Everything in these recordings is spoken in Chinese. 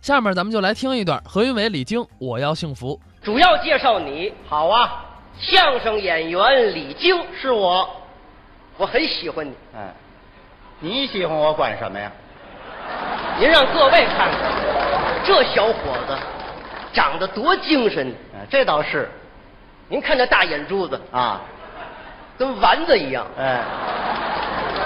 下面咱们就来听一段何云伟、李菁《我要幸福》。主要介绍你，好啊，相声演员李菁，是我。我很喜欢你，嗯，你喜欢我管什么呀？您让各位看看，这小伙子长得多精神，嗯，这倒是您看这大眼珠子啊，跟丸子一样，哎，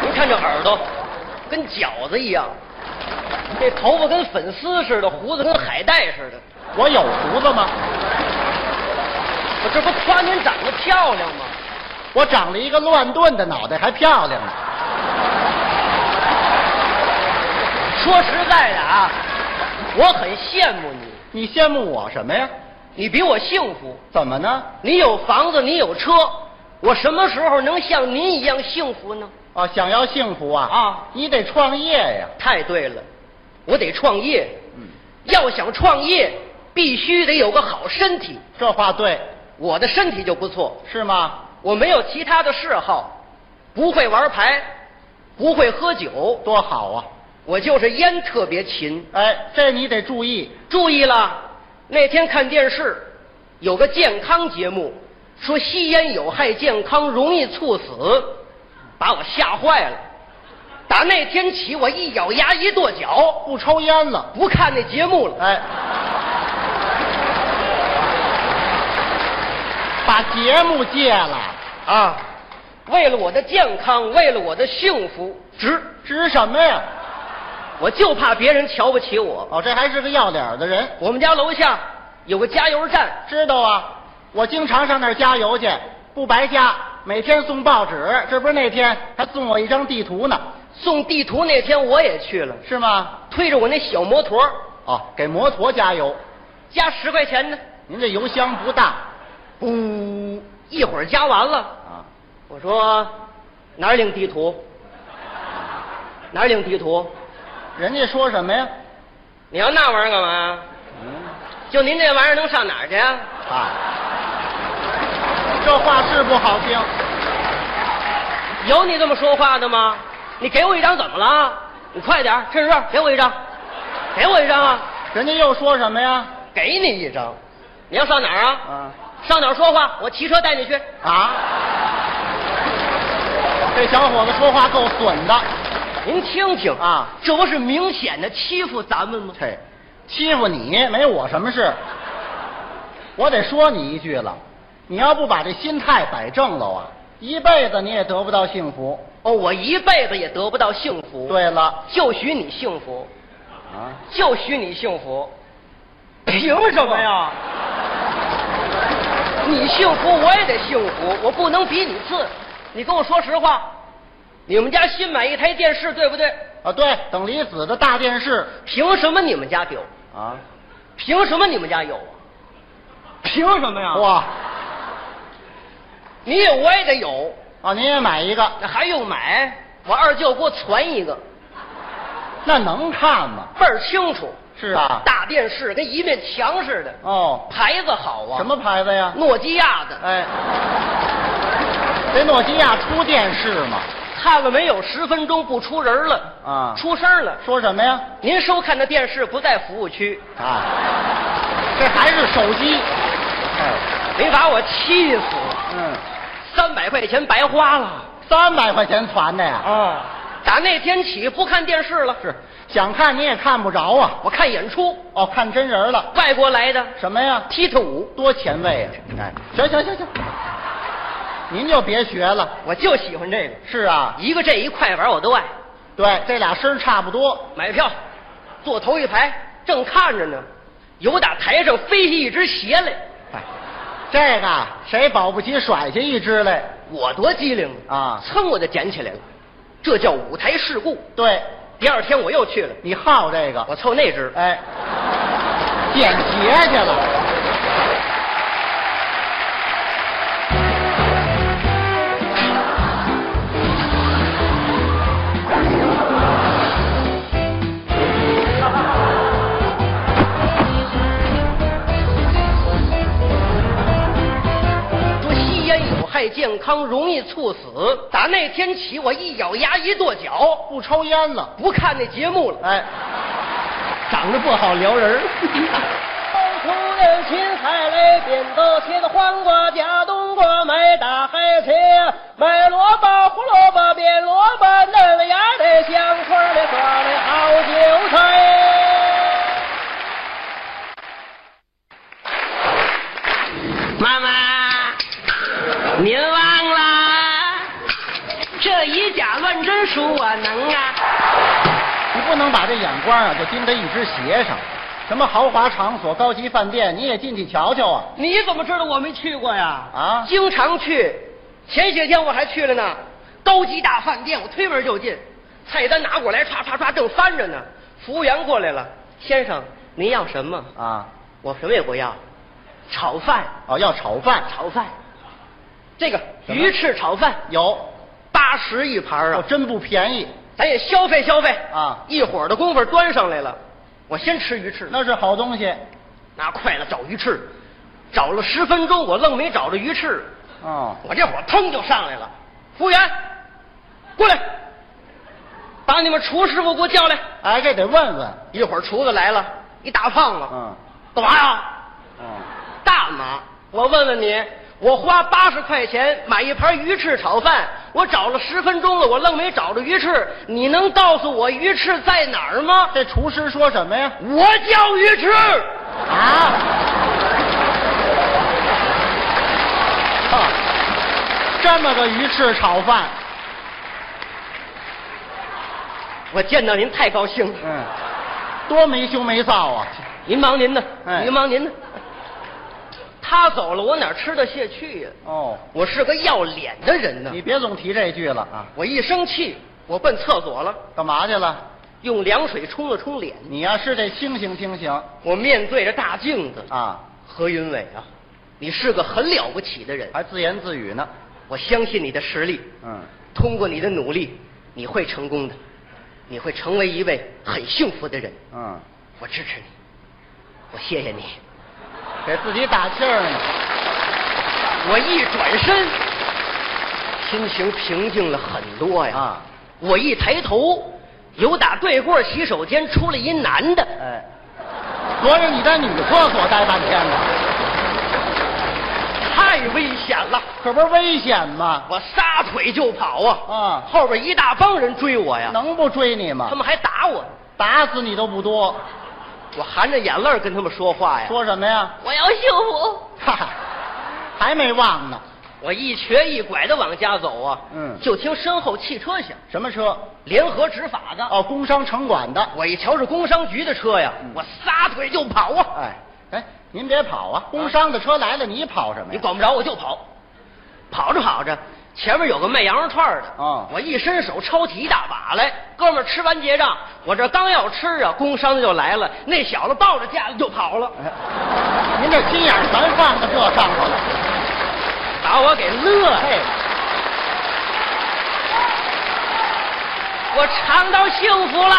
您看这耳朵跟饺子一样，这头发跟粉丝似的，胡子跟海带似的，我有胡子吗？我这不夸您长得漂亮吗？我长了一个乱炖的脑袋，还漂亮呢。说实在的啊，我很羡慕你，你羡慕我什么呀？你比我幸福，怎么呢？你有房子，你有车，我什么时候能像您一样幸福呢？啊，想要幸福啊啊你得创业呀。太对了，我得创业。嗯，要想创业，必须得有个好身体。这话对，我的身体就不错，是吗？我没有其他的嗜好，不会玩牌，不会喝酒，多好啊！我就是烟特别勤。哎，这你得注意。注意了，那天看电视，有个健康节目，说吸烟有害健康，容易猝死，把我吓坏了。打那天起，我一咬牙一跺脚，哦不抽烟了。不看那节目了。哎，把节目戒了，啊，为了我的健康，为了我的幸福，值值什么呀？我就怕别人瞧不起我。哦，这还是个要脸儿的人，我们家楼下有个加油站，知道啊？我经常上那儿加油去，不白加，每天送报纸，这不是那天还送我一张地图呢，送地图那天我也去了，是吗？推着我那小摩托，哦，给摩托加油，加十块钱呢，您这油箱不大呜，嗯一会儿加完了。啊？我说哪儿领地图？哪儿领地图？人家说什么呀？你要那玩意儿干嘛呀？嗯，就您这玩意儿能上哪儿去啊？啊，这话是不好听。有你这么说话的吗？你给我一张怎么了？啊你快点儿，趁热给我一张，给我一张啊！人家又说什么呀？给你一张，你要上哪儿啊？啊上哪儿说话？我骑车带你去。啊！这小伙子说话够损的，您听听啊，这不是明显的欺负咱们吗？嘿，欺负你没我什么事。我得说你一句了，你要不把这心态摆正了啊，一辈子你也得不到幸福。哦，我一辈子也得不到幸福。，对啊了，就许你幸福，啊，就许你幸福。凭什么呀？你幸福，我也得幸福，我不能比你次。你跟我说实话，你们家新买一台电视，对不对？啊，对，等离子的大电视凭什么你们家有？啊，凭什么你们家有啊？凭什么呀哇，你有我也得有，啊，您也买一个，那还用买？我二舅给我传一个，那能看吗？倍儿清楚。是啊大电视跟一面墙似的，哦，牌子好啊。什么？牌子呀？诺基亚的。哎，这诺基亚出电视吗？看了没有？十分钟不出人了啊出声了。说什么呀？您收看的电视不在服务区，啊，这还是手机。哎，没把我气死了，嗯，三百块钱白花了三百块钱攒的呀。啊！打那天起不看电视了，是，想看你也看不着啊。我看演出，哦，看真人了。外国来的什么呀？踢踏舞，多前卫啊！哎，行行行行，您就别学了。我就喜欢这个，是啊，一个这一快板我都爱。对，这俩声儿差不多。买票，坐头一排，正看着呢，有打台上飞下一只鞋来，哎，这个啊谁保不齐甩下一只来我多机灵啊，啊？噌我就捡起来了，这叫舞台事故。对，第二天我又去了，你好这个。我凑那只，哎，捡鞋去了。说吸烟有害健康，容易猝死。打那天起，我一咬牙一跺脚，不抽烟了。不看那节目了。哎，长得不好撩 人儿。土人芹菜来扁豆，茄子黄瓜加冬瓜，买大海茄，买萝卜胡萝卜扁萝卜，嫩了芽的香椿儿的瓜的好韭菜。妈妈，您忘啦？这以假乱真属我能啊！你不能把这眼光啊就盯在一只鞋上，什么豪华场所、高级饭店，你也进去瞧瞧啊！你怎么知道我没去过呀？啊经常去，前些天我还去了呢。高级大饭店，我推门就进，菜单拿过来，唰唰唰，正翻着呢。服务员过来了，先生，您要什么？啊，我什么也不要，炒饭，哦，要炒饭，炒饭，这个什么鱼翅炒饭有，八十一盘儿哦啊，，真不便宜，咱也消费消费啊一会儿的功夫端上来了，我先吃鱼翅，那是好东西。拿筷子找鱼翅，找了十分钟，我愣没找着鱼翅。哦，我这火腾就上来了，服务员，过来，把你们厨师傅给我叫来。哎，这得问问。一会儿厨子来了，一大胖子，嗯，干嘛呀？哦，大妈，我问问你，我花八十块钱买一盘鱼翅炒饭，我找了十分钟了，我愣没找着鱼翅，你能告诉我鱼翅在哪儿吗？这厨师说什么呀？我叫鱼翅。啊？啊这么个鱼翅炒饭，我见到您太高兴了，嗯，多没羞没臊啊！您忙您的，哎您忙您的。他走了，我哪吃得下去呀、哦，我是个要脸的人呢你。别总提这句了啊！我一生气，我奔厕所了，干嘛去了？用凉水冲了冲脸。你呀、是得清醒清醒我面对着大镜子，啊！何云伟啊，你是个很了不起的人，还自言自语呢。我相信你的实力。嗯，通过你的努力，你会成功的，你会成为一位很幸福的人。嗯，我支持你，我谢谢你。给自己打气儿呢。我一转身，心情平静了很多呀。啊我一抬头，有打对过洗手间出来一男的，哎，合着你在女厕所待半天呢，太危险了！可不是危险吗？我撒腿就跑啊！啊后边一大帮人追我呀，能不追你吗他？们还打我，打死你都不多。我含着眼泪儿跟他们说话呀。说什么呀？我要幸福。哈哈，还没忘呢。我一瘸一拐的往家走啊，嗯就听身后汽车响，什么车？联合执法的。哦，工商城管的。嗯我一瞧是工商局的车呀，我撒腿就跑啊！哎哎，您别跑啊！工商的车来了，你跑什么你呀？管不着我就跑，跑着跑着，前面有个卖羊肉串的，哦我一伸手抄起一大把来，哥们儿吃完结账，我这刚要吃啊，工商就来了，那小子抱着架子就跑了，哎您这心眼儿全放在这上头了。把我给乐嘿的，，我尝到幸福了，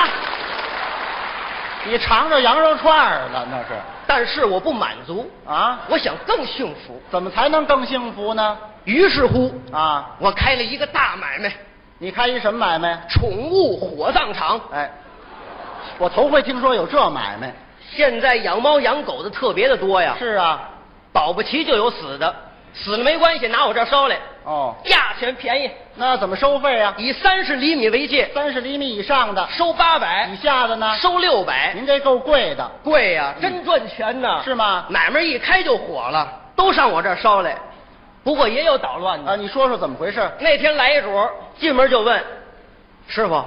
你尝着羊肉串儿了那是？但是我不满足，啊？我想更幸福，怎么才能更幸福呢？于是乎，啊，我开了一个大买卖，你开一什么买卖？宠物火葬场，哎，我头回听说有这买卖。现在养猫养狗的特别的多呀，是啊，保不齐就有死的，死了没关系，拿我这儿烧来，哦，价钱便宜，那怎么收费啊？以三十厘米为界，三十厘米以上的，收八百以，下的呢？收六百，您这够贵的，贵呀、真赚钱呐、嗯是吗？买卖一开就火了，都上我这儿烧来，不过也有捣乱的。啊，你说说怎么回事？那天来一主，进门就问，师傅，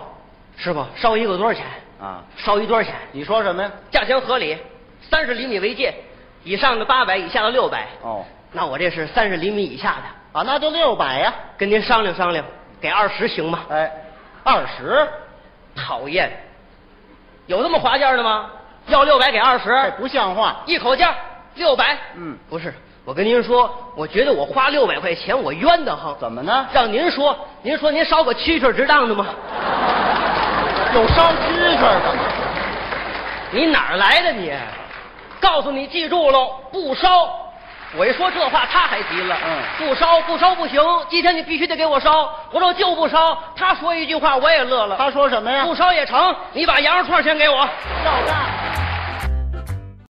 师傅烧一个多少钱？啊，烧一多少钱？你说什么呀？价钱合理，三十厘米为界，以上的八百，以下的六百。哦，那我这是三十厘米以下的，啊，那就六百呀。跟您商量商量，给二十行吗？哎，二十，讨厌，有这么划价的吗？要六百给二这十，不像话。一口价六百。嗯不是，我跟您说，我觉得我花六百块钱我冤得慌。怎么呢？让您说，您说您烧个蛐蛐儿值当的吗？ 有烧蛐蛐的吗？你哪儿来的你？告诉你，记住喽，不烧。我一说这话，他还急了。嗯不烧，不烧不行，今天你必须得给我烧。我说就不烧。他说一句话，我也乐了。他说什么呀？不烧也成，你把羊肉串先给我。要账。